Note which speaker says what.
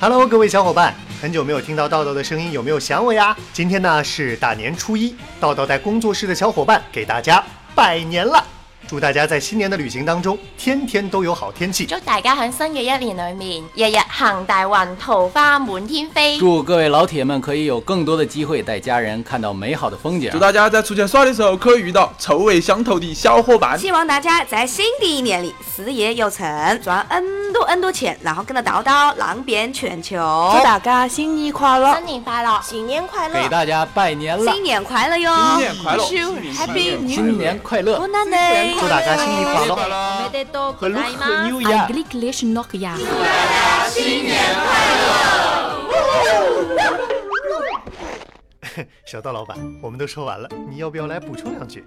Speaker 1: Hello，各位小伙伴，很久没有听到道道的声音，有没有想我呀？今天呢是大年初一，道道带工作室的小伙伴给大家拜年了，祝大家在新年的旅行当中天天都有好天气。
Speaker 2: 祝大家喺新嘅一年裏面，日日行大運，桃花滿天飛。
Speaker 3: 祝各位老铁们可以有更多的机会带家人看到美好的风景
Speaker 4: 祝。大家在出去耍的时候可以遇到臭味相投的小伙伴。
Speaker 5: 希望大家在新的一年里事业有成，赚 N 多 N 多钱，然后跟着叨叨浪遍全球
Speaker 6: 祝。大家新年快乐，
Speaker 2: 新年快樂，
Speaker 6: 新年快
Speaker 3: 给大家拜年了，
Speaker 5: 新年快乐哟！
Speaker 4: 新年快乐
Speaker 5: Wish you
Speaker 4: 新年快乐
Speaker 5: Happy New
Speaker 3: 新年快乐
Speaker 5: Year！难得
Speaker 1: 祝大家哎新年快乐！
Speaker 2: おめでとうござい
Speaker 3: 和
Speaker 2: ます。
Speaker 3: New Year。
Speaker 1: 小道老板，我们都说完了，你要不要来补充两句？